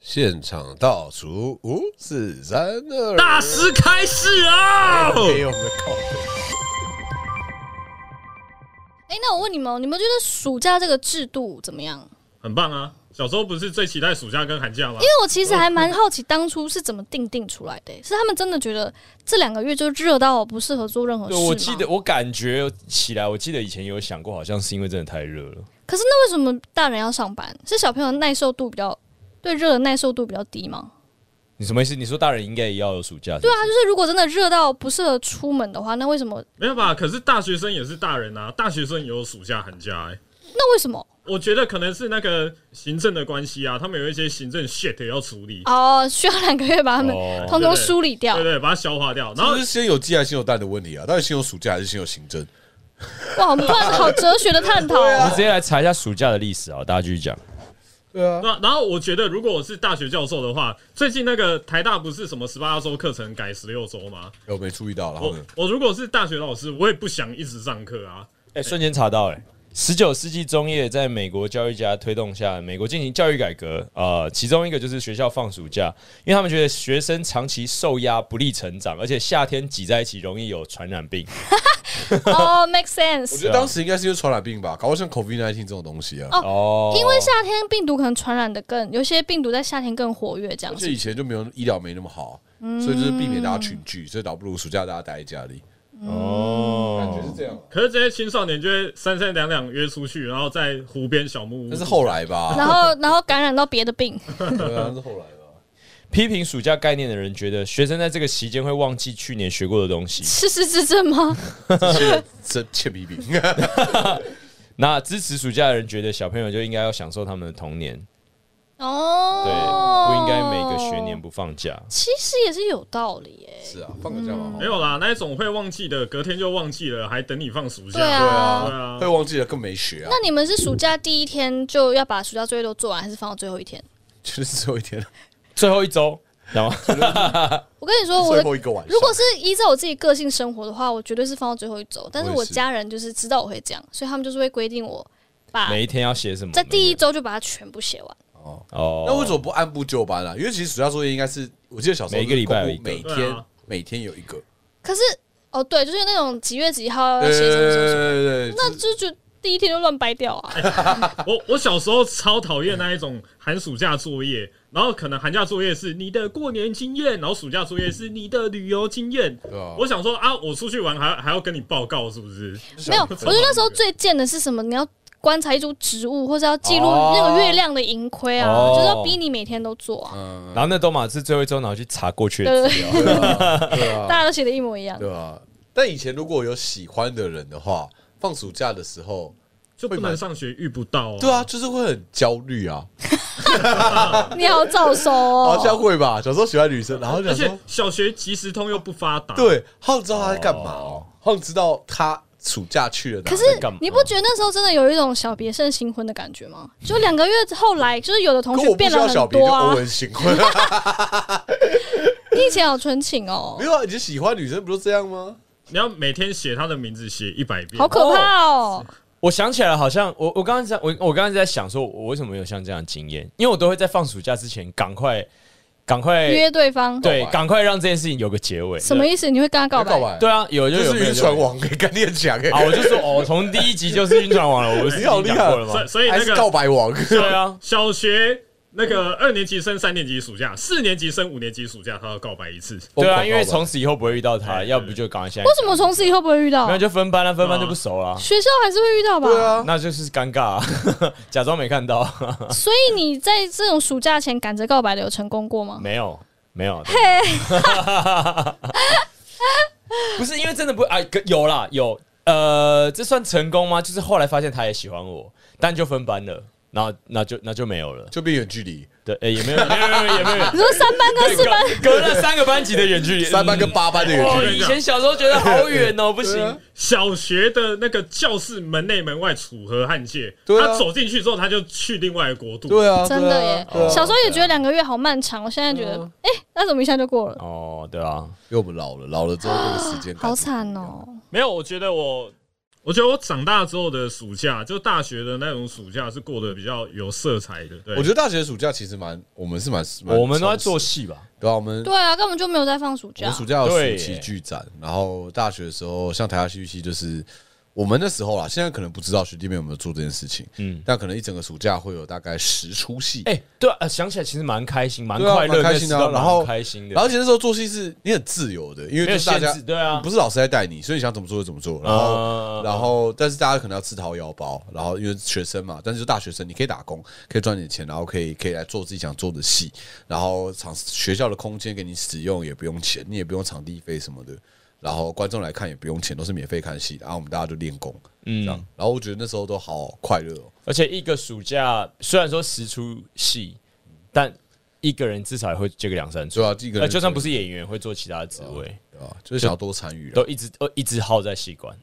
现场倒数五、四、三、二，大师开始啊！没有没有，哎、那我问你们哦，你们觉得暑假这个制度怎么样？因很棒啊！小时候不是最期待暑假跟寒假吗？为我其实还蛮好奇，当初是怎么定定出来的、欸是他们真的觉得这两个月就热到不适合做任何事对，哦吗？我记得，我感觉起来，我记得以前有想过，好像是因为真的太热了。可是那为什么大人要上班？是小朋友的耐受度比较对热的耐受度比较低吗？你什么意思？你说大人应该也要有暑假？对啊，就是如果真的热到不适合出门的话，那为什么？没有吧？可是大学生也是大人啊，大学生也有暑假寒假哎、那为什么？我觉得可能是那个行政的关系啊，他们有一些行政 shit 要处理，哦，需要两个月把他们哦通通梳理掉对。对，把它消化掉。然然后后是先有鸡还是先有蛋的问题啊？到底先有暑假还是先有行政？哇，我们突然好哲学的探讨哦。我们直接来查一下暑假的历史啊！大家继续讲。对啊，那然后我觉得，如果我是大学教授的话，最近那个台大不是什么十八周课程改十六周吗？哎我没注意到，然后我呢？我如果是大学老师，我也不想一直上课啊。哎、瞬间查到哎、十九世纪中叶，在美国教育家推动下，美国进行教育改革。呃，其中一个就是学校放暑假，因为他们觉得学生长期受压不利成长，而且夏天挤在一起容易有传染病。哦，make 我 sense。觉得当时应该是因为啊传染病吧，搞不好像 COVID 1 9这种东西啊。哦哦，因为夏天病毒可能传染的更，有些病毒在夏天更活跃，这样而子且。以前就没有医疗没那么好，嗯所以就是避免大家群聚，所以倒不如暑假大家待在家里，感觉哦是，这样。啊可是这些青少年就会三三两两约出去，然后在湖边小木屋。那是后来吧，然后，然后感染到别的病，对啊，那是后来吧。批评暑假概念的人觉得，学生在这个期间会忘记去年学过的东西。是是是这吗？这些这欠批评，那支持暑假的人觉得，小朋友就应该要享受他们的童年，哦，对，不应该每个学年。不放假。其实也是有道理耶、 是啊，放个假嘛，好没嗯有啦，那一种会忘记的，隔天就忘记了，还等你放暑假。对啊对啊会忘记了更没学啊那，你们是暑假第一天就要把暑假作业都做完，还是放到最后一天？就是最后一天了，最后一周，然后我跟你说，我 最的后一个晚上。如果是依照我自己个性生活的话，我绝对是放到最后一周。但是我我也是家人就是知道我会这样，所以他们就是会规定我把每一天要写什么？在第一周就把它全部写完。哦，那为什么不按部就班啊？因为其实暑假作业应该是，我记得小时候每一个礼拜有一个每对天啊每天有一个，可是哦，对，就是那种几月几号要对写对什么什么什么，对对那就就第一天就乱掰掉啊。我我小时候超讨厌那一种寒暑假作业，然后可能寒假作业是你的过年经验，然后暑假作业是你的旅游经验。对啊我想说啊，我出去玩还还要跟你报告是不是？没有，我觉得那时候最贱的是什么？你要观察一株植物，或者要记录那个月亮的盈亏啊，哦就是要逼你每天都做啊。然后那都嘛是最后一周，然后去查过去的对资对料。对啊对啊大家都写的一模一样。对啊。但以前如果有喜欢的人的话，放暑假的时候，就不能上学遇不到哦。对啊，，就是会很焦虑啊，你好早 熟好像哦，会吧。小时候喜欢女生，然后而想且说，小学即时通又不发达。，对，好想知道她在干嘛哦，好想知道她暑假去了哪。可是在干嘛你不觉得那时候真的有一种小别胜新婚的感觉吗？就两个月后来，就是有的同可学我不变知了道小很别多就啊欧。文新婚， 你以前好纯情哦没，有啊？你喜欢女生不就这样吗？你要每天写他的名字写一百遍好。可怕哦。我想起来了，好像我我刚刚在我我刚刚在想说，我为什么没有像这样的经验？因为我都会在放暑假之前赶快赶快约对方对，赶快让这件事情有个结尾。什么意思？你会跟他告白？白对啊，有就就是有，没有晕就船没有网给概念强哎啊！，我就说哦，从第一集就是晕船网了，我是你好厉害啊讲过了所以吗？所以还那是告个白王。对啊，小学那个二年级升三年级暑假，四年级升五年级暑假，他要告白一次。对疯啊，狂因为告白从此以后不会遇到他，哎对对要不就赶快现在为什么哦从此以后不会遇到没？有就分班了，分班就不熟了，学校还是会遇到吧？对啊，那就是尴尬啊， 假装没看到，所以你在这种暑假前赶着告白的有成功过吗？没有没有， 不是因为真的不哎，可有啦有，呃，这算成功吗？就是后来发现他也喜欢我，但就分班了，然后那就那就没有了，就变远距离，对，哎也 没有没有没有也没有。你说三班跟四班，隔隔了三个班级的远距离，三班跟八班的远距我哦离。以前小时候觉得好远哦，不啊行。小学的那个教室门内门外楚河汉界，对啊他走进去之后，他就去另外一个国度。对啊，真的耶对啊对啊！小时候也觉得两个月好漫长，我现在觉得，哎，那怎么一下就过了？哦，对啊，因为我们老了，老了之后这个时间感好惨哦！没有，我觉得我我觉得我长大之后的暑假，就大学的那种暑假，是过得比较有色彩的。对，我觉得大学暑假其实蛮，我们是蛮，蛮我们都在充做实的，戏吧？对啊，我们对啊，根本就没有在放暑我假们。暑假有对暑耶期剧展，然后大学的时候，像台大戏剧系就是我们那时候啦，现在可能不知道学弟妹有没有做这件事情，嗯，但可能一整个暑假会有大概十出戏，哎、对啊，呃想起来其实蛮开心，蛮对啊快蛮乐，开心的啊那时候然后蛮开心的，然后而且那时候做戏是你很自由的，因为没就有是大限家制，对啊，不是老师在带你，所以你想怎么做就怎么做。然后，啊然后，但是大家可能要自掏腰包，然后因为学生嘛，但是就大学生，你可以打工，可以赚点钱，然后可以可以来做自己想做的戏，然后场学校的空间给你使用也不用钱，你也不用场地费什么的，然后观众来看也不用钱，都是免费看戏的，然后我们大家就练功，嗯，这样，然后我觉得那时候都好快乐哦，而且一个暑假虽然说十出戏，但一个人至少也会接个两三出主。要这个呃，人就算不是演员，会做其他的哦职位，对吧，就是想要多参与啦，啊都一直呃都一直耗在戏哦馆。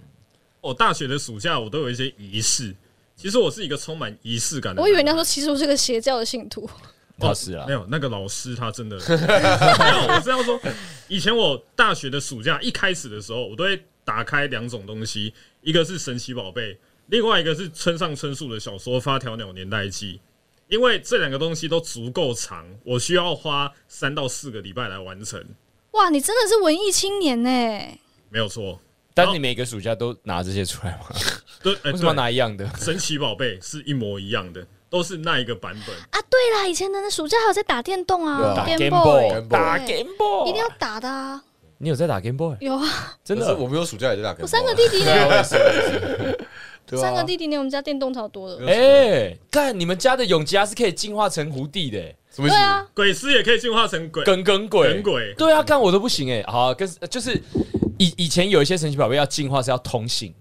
我大学的暑假，我都有一些仪式。其实我是一个充满仪式感的男孩。我以为你要说，其实我是个邪教的信徒。他是啊没，有那个老师，他 真的没有。我是要说，以前我大学的暑假一开始的时候，我都会打开两种东西，一个是神奇宝贝，另外一个是村上春树的小说《发条鸟年代记》。因为这两个东西都足够长，我需要花三到四个礼拜来完成， 哇，你真的是文艺青年呢、没有错。但哦你每个暑假都拿这些出来吗？对，哎为什么要对拿一样的？神奇宝贝是一模一样的，都是那一个版本。啊！对啦，以前的暑假还有在打电动啊对啊 Game Boy Boy， Game 打对 Game Boy，一定要打的啊！你有在打 Game Boy？有啊，真可的是，我们有暑假也在打，我三个弟弟呢，对啊三个弟弟呢，我们家电动超多的。哎，看你们家的永吉啊是可以进化成胡地的，欸什么意对思？啊，鬼师也可以进化成鬼，耿耿鬼，耿鬼对啊，干我都不行哎。好啊，跟就是以以前有一些神奇宝贝要进化是要通信，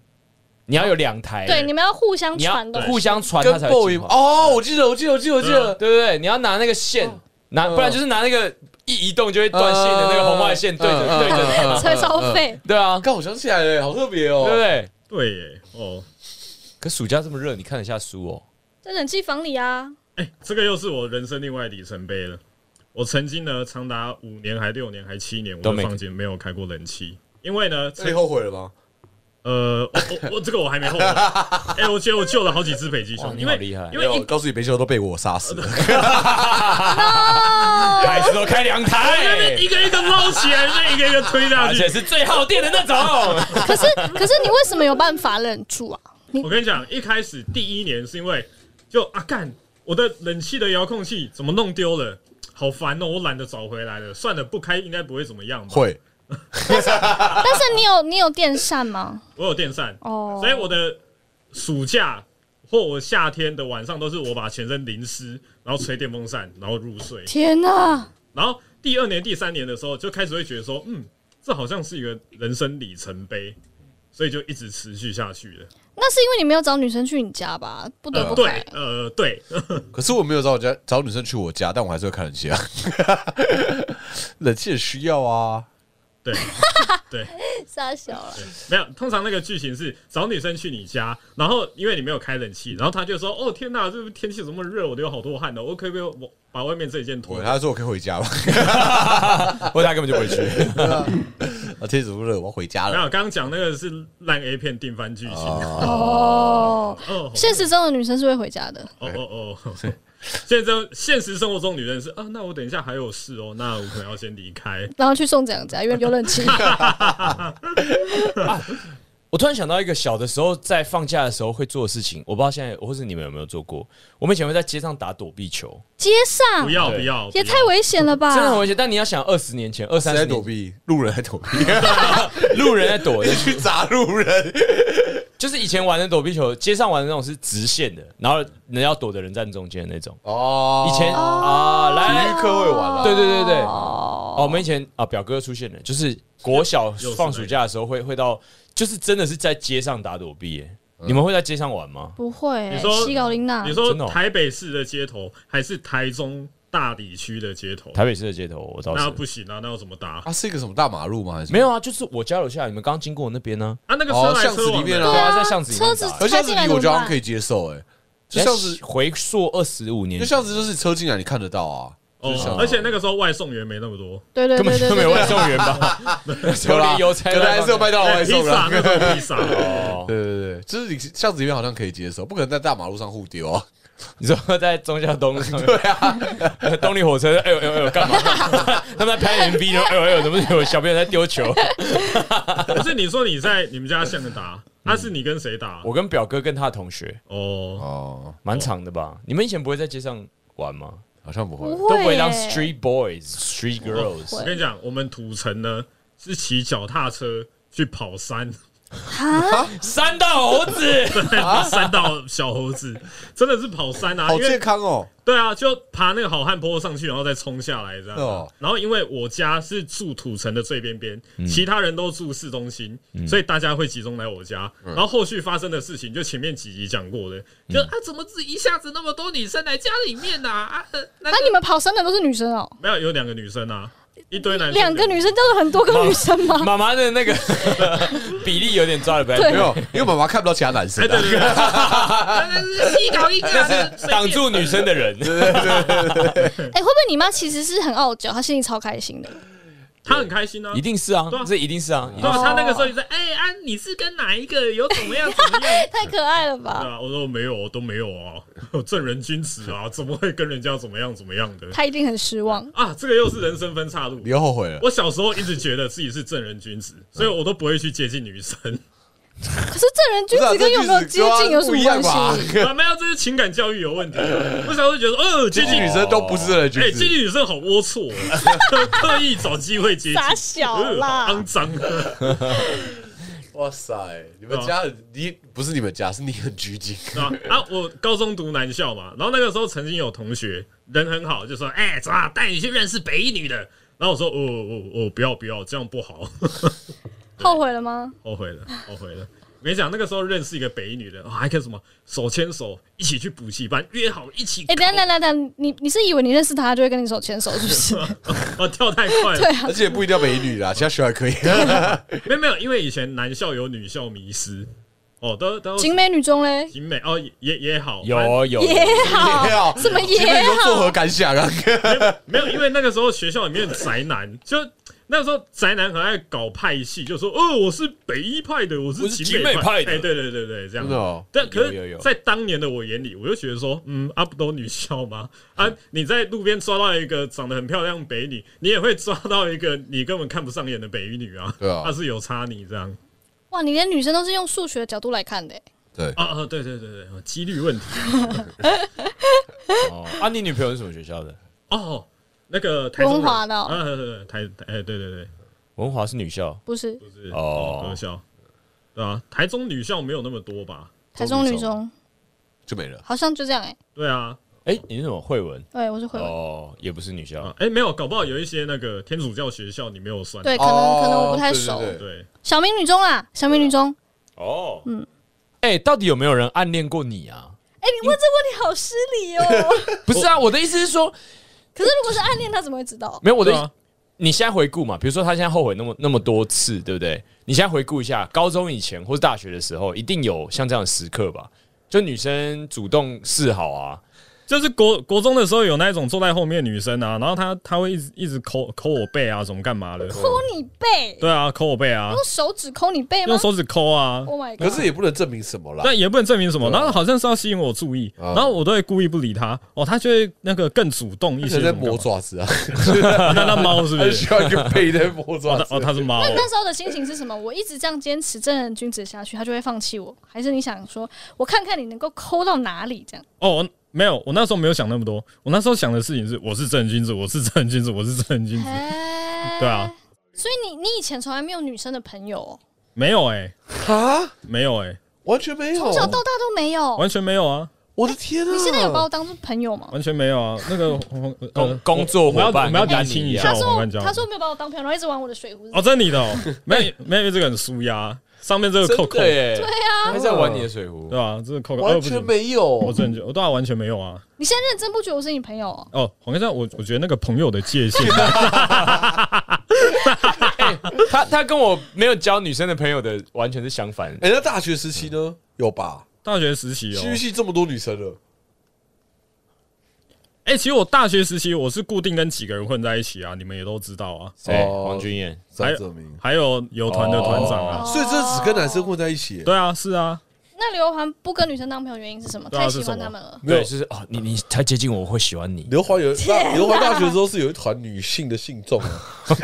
你要有两台，对，你们要互相你要传的。互相传它跟才 b o 会 y 进化。啊哦，我记得，我记得，我记得，我记得，对啊不对？你要拿那个线，拿不然就是拿那个一移动就会断线的那个红外线对着对 着，才超费，对啊，刚我想起来了，好特别对不哦。对？对耶，哦，可暑假这么热，你看得下书哦？在冷气房里啊，哎、 这个又是我人生另外的里程碑了。我曾经呢，长达五年、还六年、还七年，我都的没房间没有开过冷气，因为 呢，那你后悔了吗？呃，我我我这个我还没 后悔。哎、我觉得我救了好几只北极哇熊，哦你因为好厉害因没有，为一告诉你，北极熊都被我杀死了。孩子都开两 台，一个一个捞起来，再一个一个推下 而且去。是最耗电的那种。可是可是你为什么有办法忍住啊？你我跟你讲，一开始第一年是因为就啊干，我的冷气的遥控器怎么弄丢了，好烦哦，我懒得找回来了。算了，不开应该不会怎么样吧。会，但是你有你有电扇吗？我有电扇，哦，所以我的暑假或我夏天的晚上都是我把全身淋湿，然后吹电风扇，然后入睡。天哪，然后第二年、第三年的时候，就开始会觉得说，嗯，这好像是一个人生里程碑，所以就一直持续下去了。那是因为你没有找女生去你家吧？不得呃，不对改，。呃，对， 可是我没有找我家找女生去我家，但我还是会看冷气啊。冷气也需要啊。对，对，傻小啊了，没有。通常那个剧情是找女生去你家，然后因为你没有开冷气，然后她就说：“哦，天哪，这天气怎么热，我流好多汗呢，我可不可以我把外面这一件脱我了？”他说我可以回家吗？ 我他根本就不会去，啊，天气这么热，我要回家没了。有，刚刚讲那个是烂 A 片定番剧情。哦， 哦，现实中的女生是会回家的。哦哦哦， 现实中现实生活中女人是啊，那我等一下还有事哦，那我可能要先离开。然后去宋子阳家，因为有冷气。我突然想到一个小的时候在放假的时候会做的事情，我不知道现在或是你们有没有做过。我们以前会在街上打躲避球，街上不要对不要，也不太要危险了吧？真的很危险。但你要想二十年前、二谁三在十躲年避？路人在躲避，路人在躲， 你去砸路人。就是以前玩的躲避球，街上玩的那种是直线的，然后人要躲的人站中间的那种。 哦以前啊，来体育课会玩啊对对对对，哦，哦，我们以前啊，表哥出现了，就是国小又是放暑假的时候会会到，就是真的是在街上打躲避耶。嗯你们会在街上玩吗？不会、你说西高琳娜你真的说哦台北市的街头还是台中大理区的街头？台北市的街头，我倒那是不行啊，那要怎么打啊？啊，是一个什么大马路吗？还是没？有啊，就是我家楼下，你们刚经过那边呢，啊那个哦车来巷子车里往面的啊对啊，在巷子里面车子打而且巷子里我觉得好像可以。以接受，哎，就巷子，回溯二十五年就，巷子就是车进来你看得到啊。就是想哦，而且那个时候外送员没那么多，对对根本对对就没对有外对，送员吧？有啦，有邮差可能还是有麦当劳外披送啦萨。那时候披萨，哦，对对对，就是你巷子里面好像可以接受，不可能在大马路上互丢啊。你说在中孝东路上面，对啊，动力火车，哎呦哎呦哎呦，干嘛？他们在拍 MV 呢，哎呦哎呦，怎么有小朋友在丢球？可是你说你在你们家巷子打，那是你跟谁打？我跟表哥跟他同学，哦，哦，蛮长的吧？你们以前不会在街上玩吗？好像不会不。都会不会当耶 street boys、street girls，我跟你讲，我们土城呢是骑脚踏车去跑山，哈，三道猴子。山到小猴子，真的是跑山啊！好因为健康哦，对啊，就爬那个好汉坡上去，然后再冲下来这样。哦然后因为我家是住土城的最边边，其他人都住市中心，所以大家会集中来我家。然后后续发生的事情，就前面几集讲过的，就啊，怎么自己一下子那么多女生来家里面呐？啊，呃那那你们跑山的都是女生哦，没有有两个女生啊，一堆男生，两个女生就是很多个女生吗？妈妈的那个比例有点抓的不太对没有，因为妈妈看不到其他男生哎，啊对。对对，一搞一个啊，对，是挡住女生的人。哎，会不会你妈其实是很傲娇，她心里超开心的？她很开心啊一。定是啊对啊，这一定是啊，一对定啊，是她那个时候就在哎啊，你是跟哪一个有怎么样怎么样？ 太可爱 了对吧！啊，我说没有，都没有啊， 正人君子啊， 怎么会跟人家怎么样怎么样的她一定很失望。啊？这个又是人生分岔路你。又后悔了。我小时候一直觉得自己是正人君子，所以我都不会去接近女生。 可是正人君啊子跟有没有接近有什么 关系？啊，没有，这是情感教育有问题。我小时候觉得，哦，接接 近哎近女生都不是人君哎，子接近女生好龌龊哦， 特意找机会接近，傻小 啦呃好肮脏。哇塞，你们家很你不是你们家，是你很拘谨。啊啊！我高中读男校嘛，然后那个时候曾经有同学人很好，就说：“哎、走啊，带你去认识北一女的。”然后我说：“哦哦哦，不要不要，这样不好， 后悔了吗？后悔了，后悔了。”我跟你讲，那个时候认识一个北一女的，哦还可以什么手牵手一起去补习班，约好一起哎、等一下，等一下，等一下，你你是以为你认识他就会跟你手牵手，是不是？哦，跳太快 对了， 啊而，且不一定要美女啦，其他学校也 可以。没有没有，因为以前男校有女校迷失，哦，都都景美女中嘞，景美哦，也也 也好，有反哦有也 好，好什么你也们说作好何，感想 啊？没有，因为那个时候学校里面宅男，就那个时候宅男很爱搞派系，就说哦，我是北一派的，我我是是景景美派的哎，对对对对，这样真的哦但可有有是有，在当年的我眼里，我就觉得说，嗯，啊，不都女校吗？啊，嗯你在路边抓到一个长得很漂亮的北女，你也会抓到一个你根本看不上眼的北一女啊，对啊她是有差你这样哇，你连女生都是用数学的角度来看的、欸对，啊啊，对对对对，几率问题哦。啊，你女朋友是什么学校的？哦，那个台中人文华的哦啊，对对对台哎，对对对，文华是女校，不是？不是哦合校，对啊，台中女校没有那么多吧？台中女中就没了。好像就这样哎、对啊，哎，你是什么惠文？对，我是回文，哦，也不是女啊校，，哎、没有，搞不好有一些那个天主教学校你没有算。对，可能、可能我不太熟。哦对对对对，小明女中啦，小明女中，哦，嗯，哎，到底有没有人暗恋过你啊？哎、你问这个问题好失礼哦。不是啊，我的意思是说，可是如果是暗恋，他怎么会知道？没有我对的啊，你现在回顾嘛，比如说他现在后悔那么那么多次，对不对？你现在回顾一下，高中以前或是大学的时候，一定有像这样的时刻吧？就女生主动示好啊，就是国国中的时候有那一种坐在后面的女生啊，然后她她会一直一直抠抠我背啊，怎么干嘛的？抠你背，对啊，抠我背啊，用手指抠你背吗用手指抠啊， ？Oh my god！可是也不能证明什么啦。但也不能证明什么。对啊然后好像是要吸引我注意，啊然后我都会故意不理她，哦，她就会那个更主动一一些。直在怎么磨干啊嘛爪子啊， 那那猫是不很 是？需要一个背在磨 爪哦子，它。哦，它是猫哦那。那时候的心情是什么？我一直这样坚持正人君子下去，他就会放弃我？还是你想说，我看看你能够抠到哪里？ 这样哦，没有，我那时候没有想那么多，我那时候想的事情是，我是正人君子，我是正人君子，我是正人君子。对对啊。哎所以你你以前从来没有女生的朋友、哦，没有哎、啊，没有哎、完全没有从。小到大都没有。完全没有啊。我的天啊！你现在有把我当做朋友吗？完全没有啊，那个工工作我们要伙伴，我们要跟厘你清一一样下他我们说关掉他说没有把我当朋友，然后一直玩我的水壶。哦，真的你的哦，没有没有这个很舒压，上面这个扣扣真的对耶，对啊，还在玩你的水壶，吧？这个扣扣，完哦不全行，没有。我真的觉得，对啊，完全没有啊。你现在认真不觉得我是你朋友、哦？哦，黄先生，我我觉得那个朋友的界限啊，他他跟我没有交女生的朋友的完全是相反。哎，那大学时期呢？有吧？大学时期戏剧哦，系这么多女生了，哎，哎、其实我大学时期我是固定跟几个人混在一起啊，你们也都知道啊。谁？哦黄君彦，张泽明，还有有团的团长啊，哦所以这只跟男生混在一起。对啊，是啊，那刘环不跟女生当朋友原因是什么？对啊太是喜欢什么他们了。 没有，就是哦，你你太接近我，我会喜欢你。刘华有 大刘华大学的时候是有一团女性的信众啊，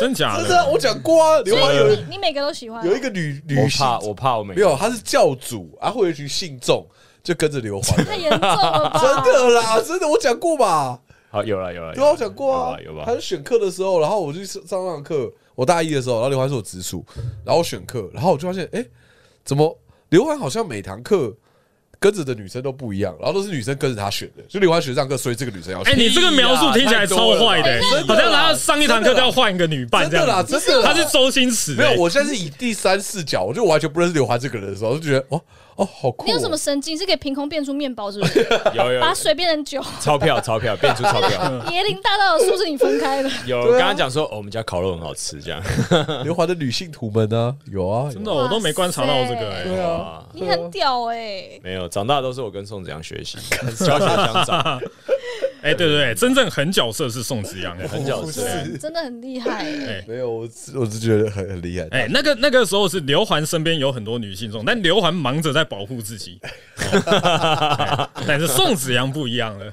真假真的啊，的？我讲过啊，刘华有你你每个都喜欢啊，有一个女我女性怕，我怕我没没有，他是教主啊，会有一群信众就跟着刘华，太严重了吧？真的啦，真的，我讲过吧，好，有了有了，对啊，我讲过啊，有吧有吧他是选课的时候，然后我去上上那堂课，我大一的时候，然后刘欢是我直属，然后我选课，然后我就发现，哎、怎么刘欢好像每堂课跟着的女生都不一样，然后都是女生跟着他选的，就刘欢选这堂课，所以这个女生要哎、选，你这个描述听起来超坏的、哎呀好像他上一堂课就要换一个女伴真这的啦，样子。真的啦，他是周星驰、没哎有，我现在是以第三视角，我就完全不认识刘欢这个人的时候，我就觉得，哦哦，好酷、哦， 你有什么神经？是可以凭空变出面包，是不 是？有有把水变成 酒，钞票钞票变出钞票。椰林大道的树是你分开 的。有对啊刚刚讲说，哦我们家烤肉很好吃，这样。刘华的女性徒们呢、 有啊，有真的我都没观察到这个、哇哎塞对啊。啊，你很屌哎、欸！没有，长大都是我跟宋子阳学习，教学相 长，哎、对对对，真正狠角色是宋子哦阳、哎很角色。真真的很厉害、欸，哎没有，我只我是觉得很很厉害。哎、那个那个时候是刘环身边有很多女性众，但刘环忙着在保护自己、哎哦 哎但是宋子阳不 一样了，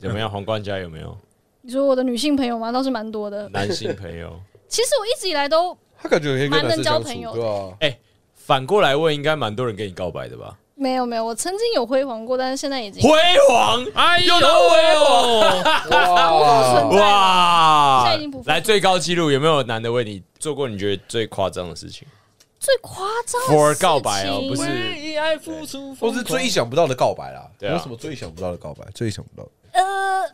有没有皇冠家有没有你说我的女性朋友吗？倒是蛮多的。男性朋友？其实我一直以来都他感觉可以跟蛮男生能交相朋友处，的对吧、哎，反过来问，应该蛮多人跟你告白的吧？没有没有，我曾经有辉煌过，但是现在已经辉煌，哎呦，啊 哇不存在了。哇现在已经不来最高纪录有没有男的为你做过你觉得最夸张的事情？最夸张 For 的事告白哦情不是为爱付出，或是最意想不到的告白啦，对啊有什么最意想不到的告白？最意想不到的，呃，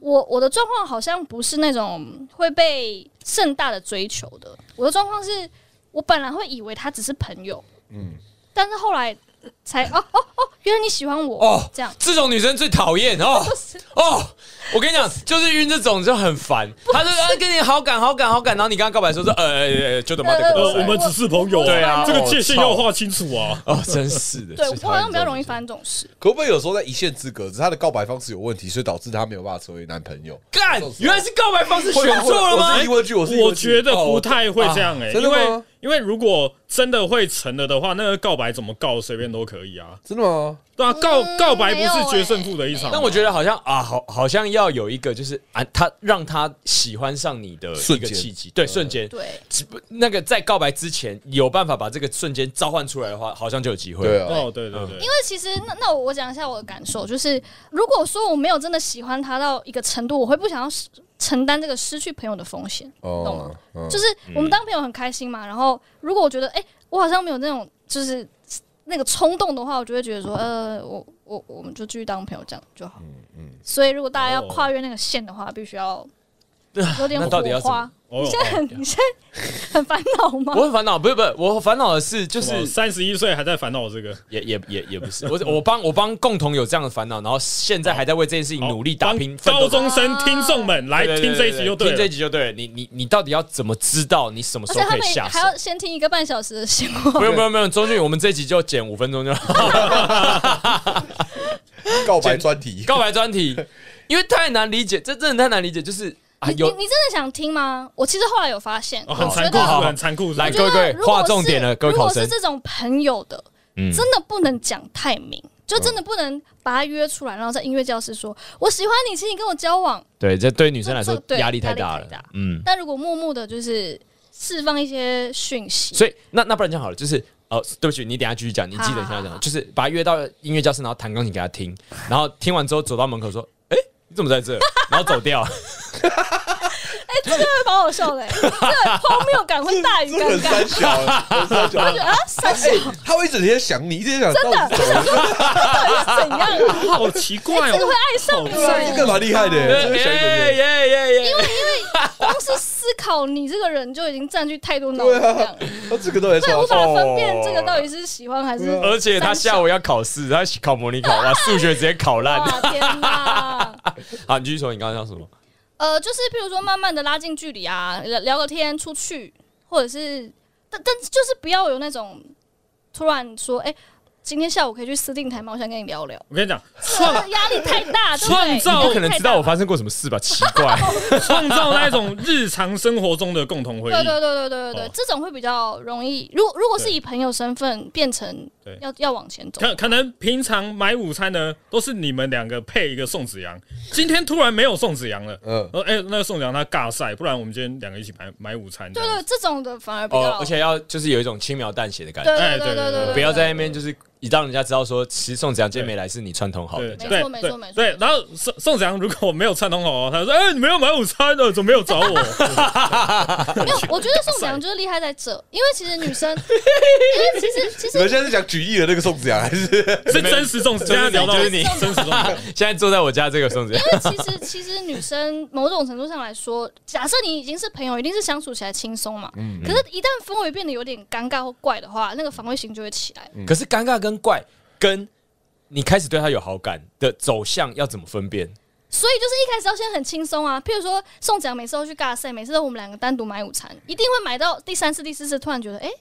我我的状况好像不是那种会被盛大的追求的，我的状况是我本来会以为他只是朋友，嗯，但是后来才哦哦哦，原来你喜欢我哦这 样。这种女生最讨厌哦是哦！我跟你讲，就是晕这种就很烦。她就啊跟你好感好感好感，然后你跟她告白说说呃呃，就等嘛呃呃等呃，我们只是朋友、对啊这个界哦限要划清楚啊。哦，真是的。对最我讨厌好像比较容易这种发生这种事，可不可以有时候在一线之隔，只是他的告白方式有问题，所以导致他没有办法成为男朋友？干，原来是告白方式 选错了我吗是疑？问句，我是疑我问句觉得不太会这样哎、哦真的因为吗因为如果真的会成了的话，那个告白怎么告随便都可以啊。真的吗？对啊，告嗯告白不没有是欸决胜负的一场吗，但我觉得好像啊，好，好像要有一个就是啊，他让他喜欢上你的一瞬个间嗯契机，对，瞬间，对，只不那个在告白之前有办法把这个瞬间召唤出来的话，好像就有机会。对啊，哦，对对对，因为其实那那我我讲一下我的感受，就是如果说我没有真的喜欢他到一个程度，我会不想要失承担这个失去朋友的风险，懂吗哦？，嗯就是我们当朋友很开心嘛，然后如果我觉得哎、诶我好像没有那种就是那个冲动的话，我就会觉得说，呃，我我我们就继续当朋友这样就好。嗯所以如果大家要哦跨越那个线的话，必须要有点哦 那到底要火怎么花。哦你现在很你现在很烦恼吗？ 我很烦恼，不是不是，我烦恼的是就什么是哦三十一岁还在烦恼这个，也也也也不是，我我帮我帮共同有这样的烦恼，然后现在还在为这件事情好努力打拼，奋哦帮斗高着。中生听众们来对对对听这一集就对对听这一了。集就对了。你你你到底要怎么知道你什么而时且他候可以们下手还？要先听一个半小时的新 闻。不用不用不用，中俊，我们这一集就剪五分钟就好。 告白专题，告白专题，因为太难理解，这真的太难理解，就是啊你你你有真的想听吗？我其实后来有发现，哦很残酷，好好好很残酷。来我觉得各位如果划重点了是各位考生如果是这种朋友的，嗯真的不能讲太明，就真的不能把他约出来，然后在音乐教室说“我喜欢你，请你跟我交往对，这对女生来这说对压力太压力大太了大，嗯”。，但如果默默的，就是释放一些讯 息，所以那那不然这样好了，就是。哦，对不起，你等一下继续讲，你记得一好下好讲，好就是把他约到音乐教室，然后弹钢琴给他听，然后听完之后走到门口说：“哎、你怎么在这？”然后走掉。会蛮好笑 的、欸，这个荒谬感会大于 这很三尴尬。小，很三小。 啊，三小哎，他会一整天想你，一天想真的，我想说到底是怎样啊？好 奇怪这个会哦，爱上你、对啊这欸，个蛮厉害的，这个想一整耶天。耶耶耶！光是思考你这个人就已经占据太多脑对容量啊了，，他这个都在啊对，无说，法分辨这个到底是喜欢还是。而且他下午要考试，他考模拟考，哇，数学直接考烂。哇天哪！好，你继续说，你刚刚讲什么？呃，就是譬如说慢慢的拉近距离啊，聊聊个天，出去，或者是，但但就是不要有那种突然说，哎、今天下午可以去司令台吗？我想跟你聊聊。我跟你讲，这 压力太大，对不对创造压不力可太能大知道我发生过什么事吧？奇怪，创造那一种日常生活中的共同回忆对。对对对对对对哦，这种会比较容易。如果如果是以朋友身份变成对要要往前走，可可能平常买午餐呢，都是你们两个配一个宋子阳，今天突然没有宋子阳了，嗯，呃，哎、那个宋子阳他尬赛，不然我们今天两个一起买买午餐这对样对，子。这种的反而比哦较，而，且要就是有一种轻描淡写的感觉，对哎对对对对对对对，不要在那边就是一让人家知道说，其实宋子阳今天没来是你串通好的。对对没错没错对没错对，然后宋宋子阳如果没有串通好，他就说：“哎、你没有买午餐的，怎么没有找我没有。我觉得宋子阳就是厉害在这，因为其实 女生，因为其实其你们实现在是讲举例的那个宋子阳，还是？”是真实宋子，现在聊到就是你真实宋子阳，现在坐在我家这个宋子阳，其实其实女生某种程度上来说，假设你已经是朋友，一定是相处起来轻松嘛。嗯可是，一旦氛围变得有点尴尬或怪的话，那个防卫心就会起来。可是尴尬跟怪跟你开始对他有好感的走向要怎么分辨？所以就是一开始要先很轻松啊，譬如说宋子阳每次都去尬赛，每次都我们两个单独买午餐，一定会买到第三次、第四次，突然觉得哎、诶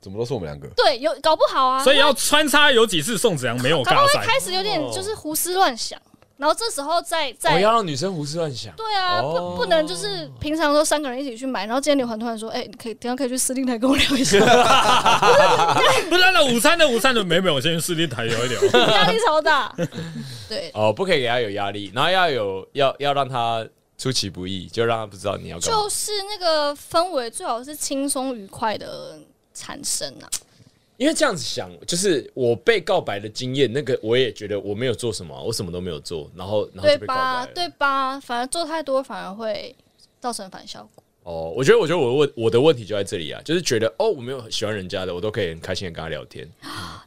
怎么都是我们两个？对，有搞不好啊，所以要穿插有几次宋子阳没有搞不好尬会赛，开始有点就是胡思乱想，然后这时候再我、再、哦要让女生胡思乱想。对啊，哦不不能就是平常都三个人一起去买，然后今天刘环突然说，哎、你可以等一下可以去司令台跟我聊一下，不然了午餐的午餐的没没有，先去视听台聊一聊。 压力超大。对，哦，不可以给他有压力，然后要有要要让他出其不意，就让他不知道你要干嘛。就是那个氛围最好是轻松愉快的产生啊。因为这样子想，就是我被告白的经验，那个我也觉得我没有做什么啊，我什么都没有做，然后然后对就被告白吧了？。对吧？反而做太多反而会造成反效果。哦，我觉得我觉得我问我的问题就在这里啊，就是觉得哦，我没有很喜欢人家的，我都可以很开心的跟他聊天。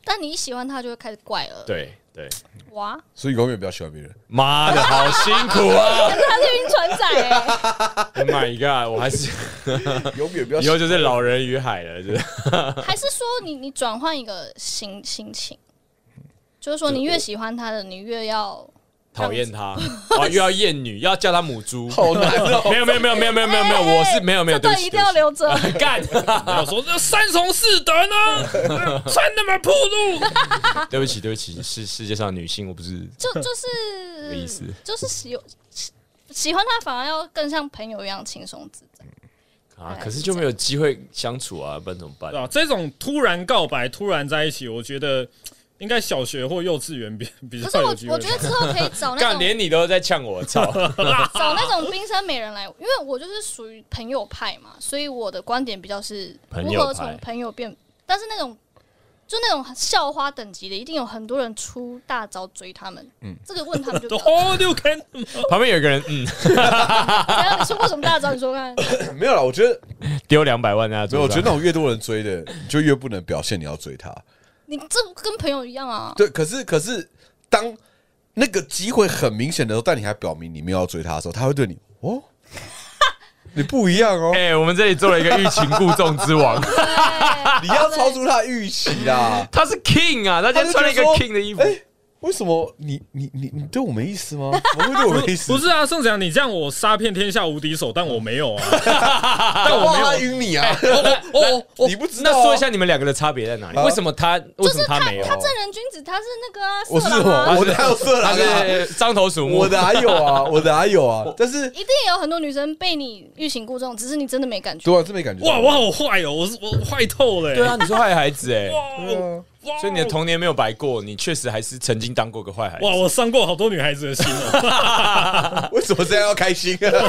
但你一喜欢他，就会开始怪了。对对，哇，所以永远不要喜欢别人。妈的好辛苦啊他是晕船仔欸 ！Oh my god，我还是 永远不 要以后就是老人与海了，就是还是说你你转换一个心心情，就是说你越喜欢他的，你越要讨厌他， 哦，又要厌女，要叫他母猪。好难哦。 没有没有没有没有没有没有没有，我是没有没有，这对段不起哎一定要留着。对不起 干。然哦后说这三从四德呢，穿那么暴露，对不起，对不起，是世界上的女性，我不是 就就这个意思是就是喜喜喜欢他，反而要更像朋友一样轻松自在。啊，对可是就没有机会相处啊，不然怎么办对？啊，这种突然告白、突然在一起，我觉得应该小学或幼稚园比 比可是较有机我会我觉得吧。之后可以找那 干，种连你都在呛我，操！找那种冰山美人来，因为我就是属于朋友派嘛，所以我的观点比较是朋如友何派从朋友变，但是那种就那种校花等级的，一定有很多人出大招追他们。嗯，这个问他们就 怎哦，六坑，旁边有一个人，嗯，啊样？你出过什么大招？你说看，没有啦，我觉得丢两百万啊，没有， 我觉得那种越多人追的，你就越不能表现你要追他。你这跟朋友一样 啊。对，可是可是当那个机会很明显的时候，但你还表明你没有要追他的时候，他会对你哦，你不一样哦，哎、我们这里做了一个欲擒故纵之王，你要超出他的预期啦。他是 king 啊，他今他天就穿了一个觉得说 king 的衣服哎、，为什么你你你你对我没意思吗？我会对我没意思？不是啊，宋子阳，你这样我杀遍天下无敌手，但我没有嗯啊。但我没有晕你啊！哦 哦你不知道啊那说一下你们两个的差别在哪里？啊为什么他为就什么是他没有？他正人君子，他是那个啊，我是色狼我啊，我哪有色他狼啊？是獐头鼠目，我哪有啊？我哪有啊？但是一定也有很多女生被你欲擒故纵，只是你真的没感觉。对啊，真没感觉。哇，我好坏哦，我是我坏透了欸。对啊，你是坏孩子 哎、哇，哇所以你的童年没有白过，你确实还是曾经当过个坏孩子。哇，我伤过好多女孩子的心哦。为什么这样要开心？啊啊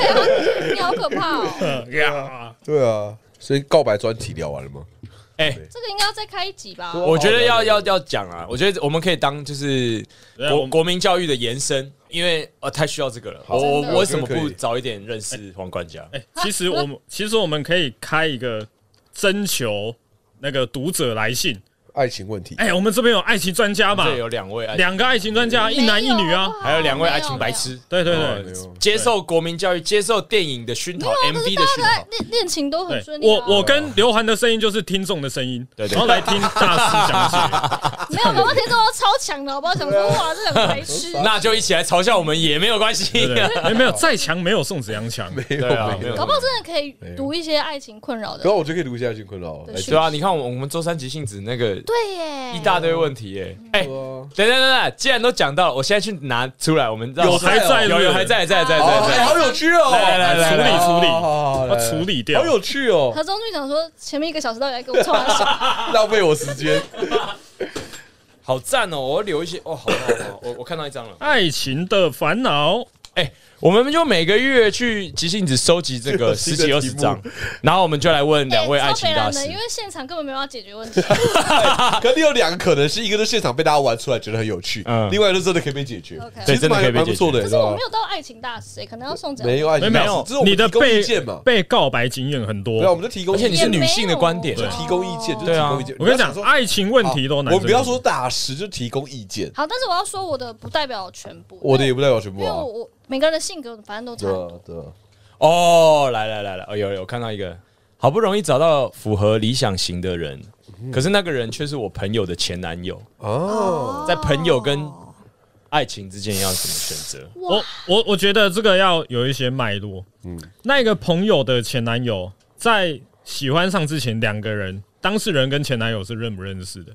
你好可怕哦！ 呀 对啊，所以告白专题聊完了吗？哎、这个应该要再开一集吧？我觉得要要要讲啊，我觉得我们可以当就是对啊我国们国民教育的延伸，因为呃太需要这个了。我我真的我为什么我觉得可不以早一点认识黄冠佳？哎，其实我们其实我们可以开一个征求那个读者来信。爱情问题，哦哎，我们这边有爱情专家嘛哎这？里有两位爱，两个爱情专家，一男一女啊。还有两位爱情白痴，对对哦对，啊接受国民教育，接受电影的熏啊陶，MV 的熏陶。恋恋情都很对顺，利我啊。我跟刘涵的声音就是听众的声音，对对然后来听大师讲解。没有，搞不好听众都超强的，好不好？想说哇，这两个白 痴，那就一起来嘲笑我们也没有关系。 对对，没有没有再强没有宋子阳强，没有对啊没没有有。搞不好真的可以读一些爱情困扰可的。我觉得可以读一下爱情困扰。对来是对啊，你看我们我们周三吉信子那个对耶，一大堆问题耶、哎、啊等等等等，既然都讲到了，我现在去拿出来，我们让有还在是不有是有还在在在在哦，哎在，好有趣哦！来来来来处理好好好好要来处理掉好。有趣哦，何中俊讲说，前面一个小时到底在跟我冲他笑，浪费我时间。好赞哦！我要留一些哦，好好好，我我看到一张了。爱情的烦恼，哎、我们就每个月去即兴子收集这个 新十的几二题十目张，然后我们就来问两位哎爱超情北大蓝师的，因。为现场根本没有要解决问题。啊可能有两个可能性，一个是现场被大家玩出来觉得很有趣，嗯另外一个是真的可以被解决 OK，其实对真的可以蛮被蛮解决不错的，可你知是道我吗没？有到爱情大师，哎可能要送奖。没有爱没有情没大师，有只是我，们你的提供被意见嘛，被告白经验很对啊，我多。们就提供而意见，且你是女性的观点也没有就提供意见，就是对提啊供意见。我跟你讲，爱情问好题都难。我们不要说，大师，就提供意见，好，但是我要说我的不代表全部，我的也不代表全因部为啊我，我每个人的性格反正都差对不多。啊对啊，哦，来来来来，哦有有看到一个，好不容易找到符合理想型的人，嗯可是那个人却是我朋友的前男友，哦，在朋友跟爱情之间要怎么选择？我我我觉得这个要有一些脉络。嗯，那个朋友的前男友在喜欢上之前，两个人当事人跟前男友是认不认识的？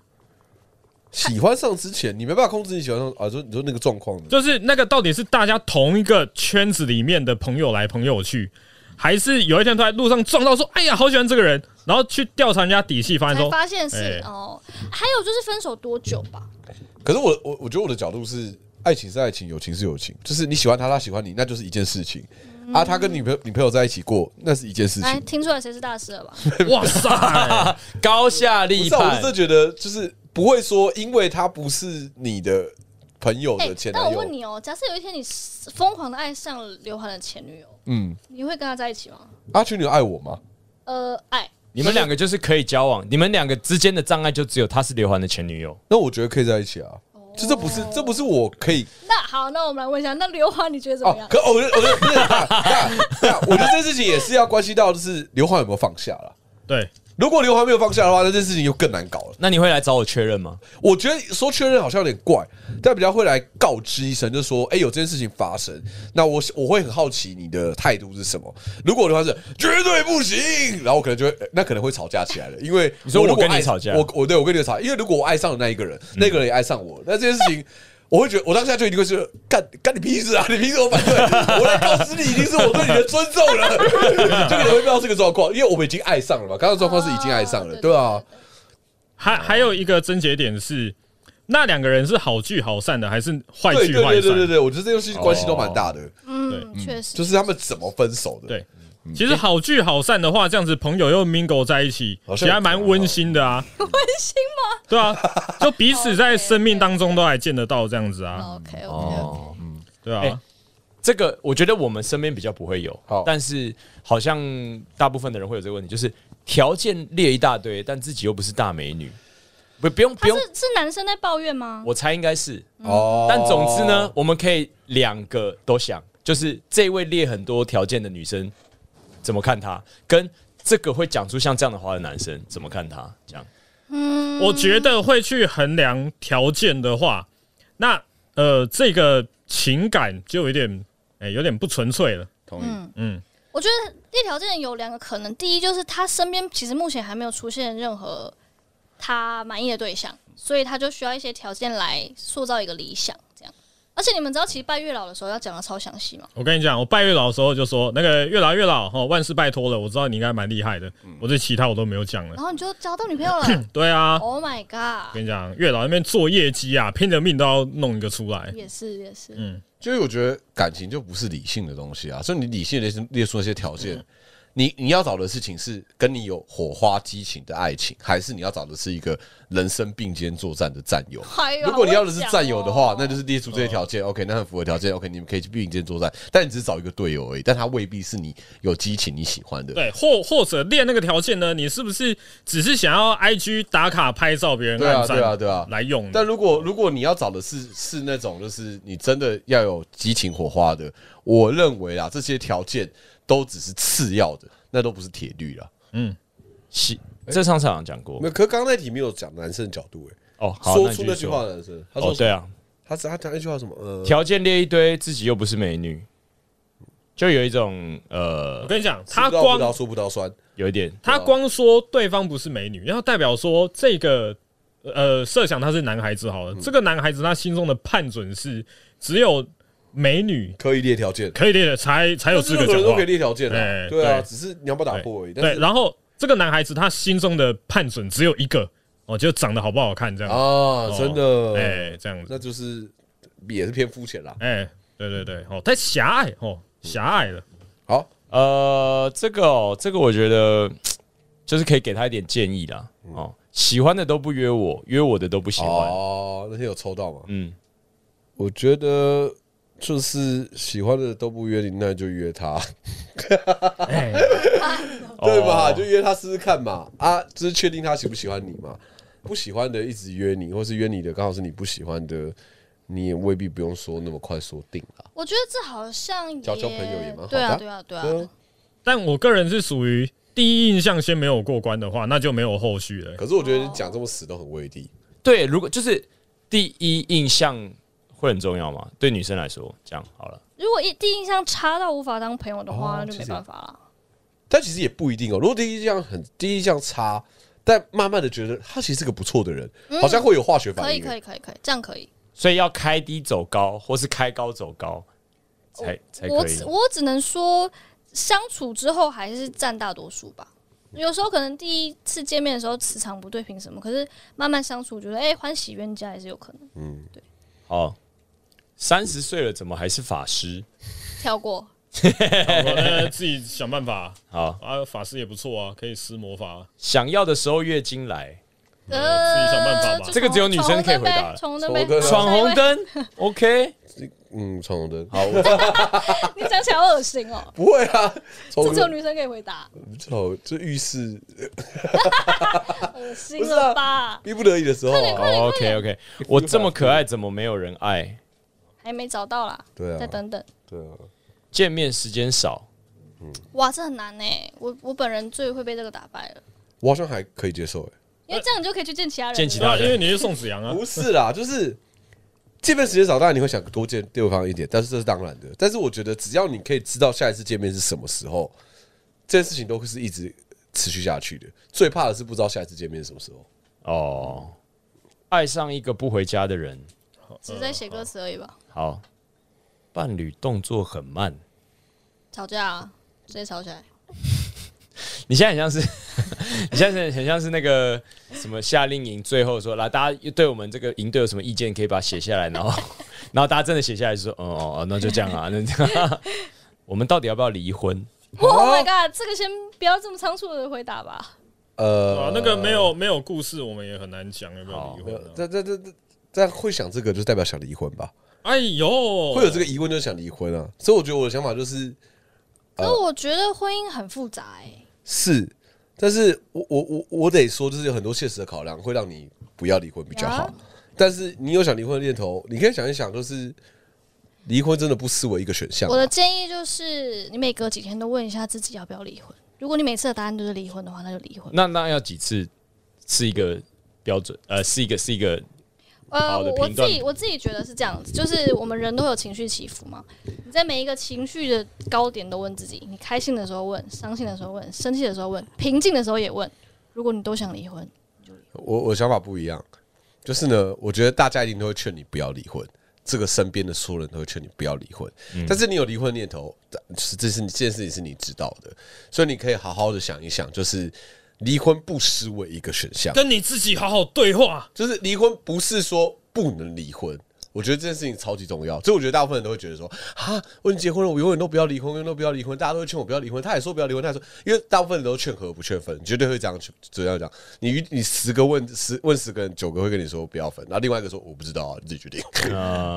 喜欢上之前，你没办法控制你喜欢上啊，就你说那个状况的，就是那个到底是大家同一个圈子里面的朋友来朋友去，还是有一天突然路上撞到说，哎呀，好喜欢这个人，然后去调查人家底细，发现才说发现是哎哦，还有就是分手多久吧？可是我我我觉得我的角度是，爱情是爱情，友情是友情，就是你喜欢他，他喜欢你，那就是一件事情。嗯啊，他跟女朋友女朋友在一起过，那是一件事来情。哎听出来谁是大师了吧？哇塞，高下不立是、啊，我是判真的，觉得就是不会说，因为他不是你的朋友哎的前，那男我友，问你哦，假设有一天你疯狂的爱上了刘涵的前女友，嗯，你会跟他在一起吗？阿啊群，你有爱我吗？呃，爱你们两个就是可以交往，你们两个之间的障碍就只有她是刘环的前女友。那我觉得可以在一起啊。哦就这不是，这不是我可以那好，那我们来问一下，那刘欢你觉得怎么哦样？。可我觉得，我觉得不是，那那那我觉得这件事情也是要关系到，就是刘欢有没有放下了。对，如果刘欢没有放下的话，那这件事情就更难搞了。那你会来找我确认吗？我觉得说确认好像有点怪，但比较会来告知一声，就说：“哎、有这件事情发生。”那我我会很好奇你的态度是什么。如果的话是绝对不行，然后我可能就会、呃那可能会吵架起来了，因为你说如果我跟你爱吵架我我对我跟你吵，因为如果我爱上了那一个人，那个人也爱上我，那这件事情。我会觉得，我当下就一定会是干干你屁事啊！你凭什么反对？我来告知你，一定是我对你的尊重了。 就可能会遇到这个状况，因为我们已经爱上了嘛。刚刚的状况是已经爱上了，哦对啊，还还有一个症结点是，那两个人是好聚好散的，还是坏对聚对坏对对对散？对，我觉得这件事情关系都哦蛮大的。嗯，确 实，就是他们怎么分手的。对，其实好聚好散的话，这样子朋友又 mingle 在一起，好像其实还蛮温馨的啊。温馨吗？对啊，就彼此在生命当中都还见得到这样子啊， OK OK，，哦对哎啊。这个我觉得我们身边比较不会有好，但是好像大部分的人会有这个问题，就是条件列一大堆，但自己又不是大美女，不不用不他用是，是男生在抱怨吗？我猜应该是，哦但总之呢，，我们可以两个都想，就是这位列很多条件的女生怎么看她，跟这个会讲出像这样的话的男生怎么看她，这样我觉得会去衡量条件的话，那呃，这个情感就有点，哎、有点不纯粹了。同意。我觉得列条件有两个可能，第一就是他身边其实目前还没有出现任何他满意的对象，所以他就需要一些条件来塑造一个理想，这样。而且你们知道，其实拜月老的时候要讲的超详细嘛？嗯我跟你讲，我拜月老的时候就说，那个月老月老哦，万事拜托了，我知道你应该蛮厉害的，嗯我这其他我都没有讲了然。后你就交到女朋友了对啊，我，Oh my god，跟你讲，月老那边做业绩啊，拼了命都要弄一个出来。也是也是，嗯就是我觉得感情就不是理性的东西啊，所以你理性的列出那些条嗯件，你你要找的事情是跟你有火花激情的爱情，还是你要找的是一个人生并肩作战的战友？哎呦如果你要的是战友的话好会讲哦，那就是列出这些条嗯件，OK，那很符合条件，OK，你们可以去并肩作战，但你只是找一个队友而已，但他未必是你有激情你喜欢的。对，或或者列那个条件呢？你是不是只是想要 IG 打卡拍照，别人对啊按赞对啊对啊来嗯用的？但如果如果你要找的是是那种就是你真的要有激情火花的，我认为啊，这些条件都只是次要的，那都不是铁律啦。喜。这上次好像讲过没有。可是刚刚那题没有讲男生的角度，哎，哦，好，说你出继续那句话的男生，他说哦，对，啊，他他讲那句话什么？呃，条件列一堆，自己又不是美女，就有一种我呃，跟你讲，吃他不到葡光萄说不到酸，有一点他光说对方不是美女，然后代表说这个呃，设想他是男孩子好嗯了，这个男孩子他心中的判准是只有美女可以列条件，可以列的才才有资格任何讲人都话可以。列条件啊哎，对啊，对只是你要不要打破而已。但对，是然后这个男孩子他心中的判准只有一个哦，就长得好不好看这样。啊，哦真的，哎，这样子，那就是也是偏肤浅啦。哎，对对对，哦，太狭隘嗯哦，狭隘了。好，呃，这个哦，这个我觉得就是可以给他一点建议啦。哦，喜欢的都不约我，约我的都不喜欢。嗯哦，那天有抽到吗？嗯，我觉得就是喜欢的都不约你，那就约他，哎，对吧？哦就约他试试看嘛，啊，就是确定他喜不喜欢你嘛。不喜欢的一直约你，或是约你的刚好是你不喜欢的，你也未必不用说那么快说定啦。我觉得这好像也交交朋友也蛮好的对啊，对啊，对啊。对啊但我个人是属于第一印象先没有过关的话，那就没有后续 了。可是我觉得你讲这么死都很威力。对，如果就是第一印象会很重要嘛，对女生来说，这样好了。如果一第一印象差到无法当朋友的话，哦那就没办法了。但其实也不一定哦。如果第一印象很第一印象差，但慢慢的觉得他其实是个不错的人，好像会有化学可反以，应。嗯可以，可以，可以，这样可以。所以要开低走高，或是开高走高，才才我可以只。我只能说，相处之后还是占大多数吧。有时候可能第一次见面的时候磁场不对，凭什么？可是慢慢相处，觉得哎、欢喜冤家也是有可能嗯好，哦三十岁了怎么还是法师？跳过。我呢自己想办法好，啊，法师也不错啊，可以施魔法。想要的时候月经来，呃，自己想办法吧就这个只有女生闯红可以灯回答呗了闯红灯闯红灯呗，啊 闯红。灯，OK。嗯，闯红灯好，我你讲起来好恶心哦、 不会啊，闯这红只有灯女生可以回答，好，这浴室恶心啊了吧？逼不得已的时候啊， OK OK，我这么可爱，怎么没有人爱？还没找到啦，对啊再等等。对啊，见面时间少，哇，这很难呢、我我本人最会被这个打败了，我好像还可以接受哎、因为这样你就可以去见其他人了。见其对他啊，因为人你是宋子阳啊，不是啦，就是见面时间少，当然你会想多见对方一点，但是这是当然的。但是我觉得只要你可以知道下一次见面是什么时候，这件事情都是一直持续下去的。最怕的是不知道下一次见面是什么时候。哦。爱上一个不回家的人，只是在写歌词而已吧？好，伴侣动作很慢。吵架、啊，直接吵起来。你现在很像是， 你现在很像是那个什么夏令营，最后说来，大家对我们这个营队有什么意见，可以把它写下来，然后 然后大家真的写下来就说，哦哦哦，那就这样啊，那这样啊、我们到底要不要离婚？ Oh my god，这个先不要这么仓促的回答吧。对啊呃，，那个没有没有故事，我们也很难讲有没有离婚啊。这这这这这样会想这个，就代表想离婚吧？哎呦，会有这个疑问，就是想离婚啊。所以我觉得我的想法就是可是我觉得婚姻很复杂哎、是，但是我我我我得说，就是有很多现实的考量，会让你不要离婚比较好啊。但是你有想离婚的念头，你可以想一想，就是离婚真的不失为一个选项啊。我的建议就是，你每隔几天都问一下自己要不要离婚。如果你每次的答案都是离婚的话，那就离婚。那那要几次是一个标准？呃，是一个是一个呃，好的我我评自断己我自己觉得是这样子，就是我们人都有情绪起伏嘛。你在每一个情绪的高点都问自己，你开心的时候问，伤心的时候问，生气的时候问，平静的时候也问。如果你都想离婚，我我想法不一样，就是呢，我觉得大家一定都会劝你不要离婚，这个身边的所有人都会劝你不要离婚。但是你有离婚念头，是这是你这件事情是你知道的，所以你可以好好的想一想，就是离婚不失为一个选项，跟你自己好好对话。就是离婚不是说不能离婚。我觉得这件事情超级重要，所以我觉得大部分人都会觉得说啊，我已经结婚了，我永远都不要离婚，永远都不要离婚，大家都会劝我不要离婚，他也说不要离婚，他也说，因为大部分人都劝和不劝分，绝对会这样去这样讲。你你十个问十问十个人，九个会跟你说不要分，然后另外一个说我不知道、啊，你自己决定。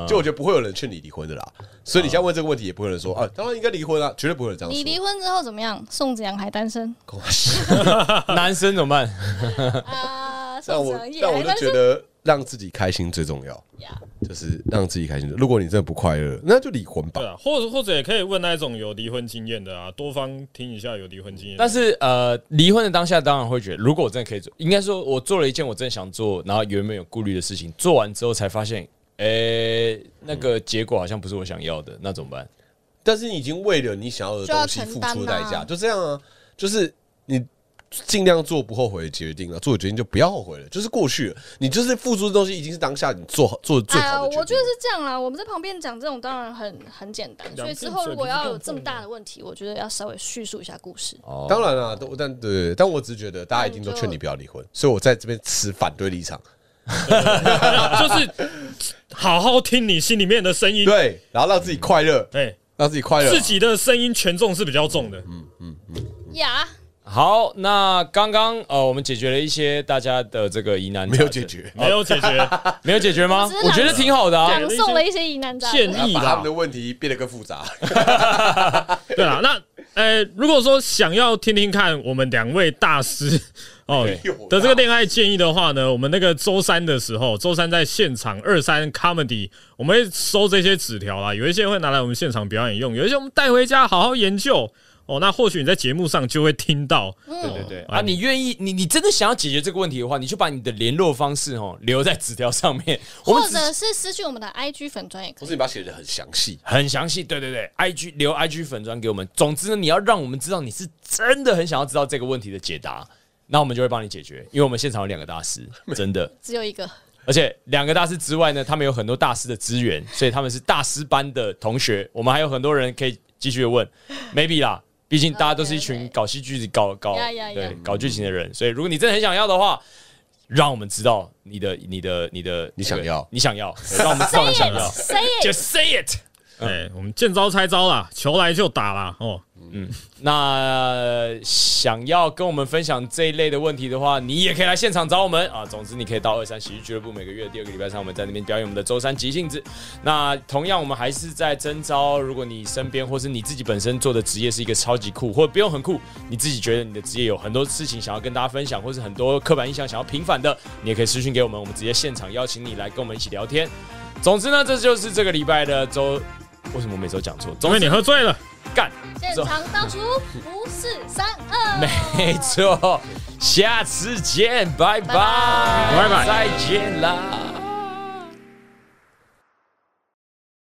就我觉得不会有人劝你离婚的啦，所以你现在问这个问题，也不会有人说啊，当然应该离婚啊，绝对不会有人这样你离说。婚之后怎么样？宋子阳还单身恭喜男生怎么办？啊？但宋子我阳也但我还就单觉身得让自己开心最重要。呀？就是让自己开心。如果你真的不快乐，那就离婚吧对。啊，或者或者也可以问那一种有离婚经验的啊，多方听一下有离婚经验的。但是呃，离婚的当下当然会觉得，如果我真的可以做，应该说我做了一件我真的想做，然后原本有顾虑的事情，做完之后才发现，诶、那个结果好像不是我想要的，那怎么办？但是你已经为了你想要的东西付出代就要承担价，啊就这样啊，就是你尽量做不后悔的决定了，做决定就不要后悔了，就是过去了，你就是付出的东西已经是当下你做好做的最哎呀，好的决定。我觉得是这样啦。我们在旁边讲这种当然很很简单，所以之后如果要有这么大的问题，我觉得要稍微叙述一下故事。哦当然啦，都但对，但我只是觉得大家一定都劝你不要离婚，所以我在这边持反对立场。啊就是好好听你心里面的声音，啊对，然后让自己快乐，对，让自己快乐。自己的声音权重是比较重的，呀，好，那刚刚呃，我们解决了一些大家的这个疑难，没有解，决，没有解决没有解决吗我只？是我觉得挺好的啊对。朗诵了一些疑难杂建症。然后议把他啦们的。问题变得更复杂。对啦，那呃，如果说想要听听看我们两位大师 哦对的这个恋爱建议的话呢，我们那个周三的时候，周三在现场二三 comedy，我们会收这些纸条啦，有一些会拿来我们现场表演用，有一些我们带回家好好研究。哦，那或许你在节目上就会听到，对对对啊啊，你愿意，你你真的想要解决这个问题的话，你就把你的联络方式哦留在纸条上面，我或们只者是私讯我们的 IG 粉专也可不以。是你把它写的很详细，很详细，对对对，IG 留 IG 粉砖给我们。总之呢，你要让我们知道你是真的很想要知道这个问题的解答，那我们就会帮你解决，因为我们现场有两个大 师，真的，只有一个，而且两个大师之外呢，他们有很多大师的资源，所以他们是大师班的同学。我们还有很多人可以继续地问，maybe 啦，毕竟大家都是一群 OK，OK 搞戏剧、搞搞 Yeah, yeah, yeah 对搞剧情的人，所以如果你真的很想要的话。让我们知道你的、你的、你的，你想要你想要，对让我们知道你想 Say 要 it，say ，just say it。哎、我们见招拆招啦，球来就打啦，哦，那想要跟我们分享这一类的问题的话，你也可以来现场找我们啊。总之，你可以到二三喜剧俱乐部，每个月第二个礼拜三，我们在那边表演我们的周三即兴制。那同样，我们还是在征招。如果你身边或是你自己本身做的职业是一个超级酷，或者不用很酷，你自己觉得你的职业有很多事情想要跟大家分享，或是很多刻板印象想要平反的，你也可以私讯给我们，我们直接现场邀请你来跟我们一起聊天。总之呢，这就是这个礼拜的周。为什么我每周讲错？因总为之你喝醉了。干。 it，现场倒数五四三二，没错，下次见，拜拜，拜拜再见啦。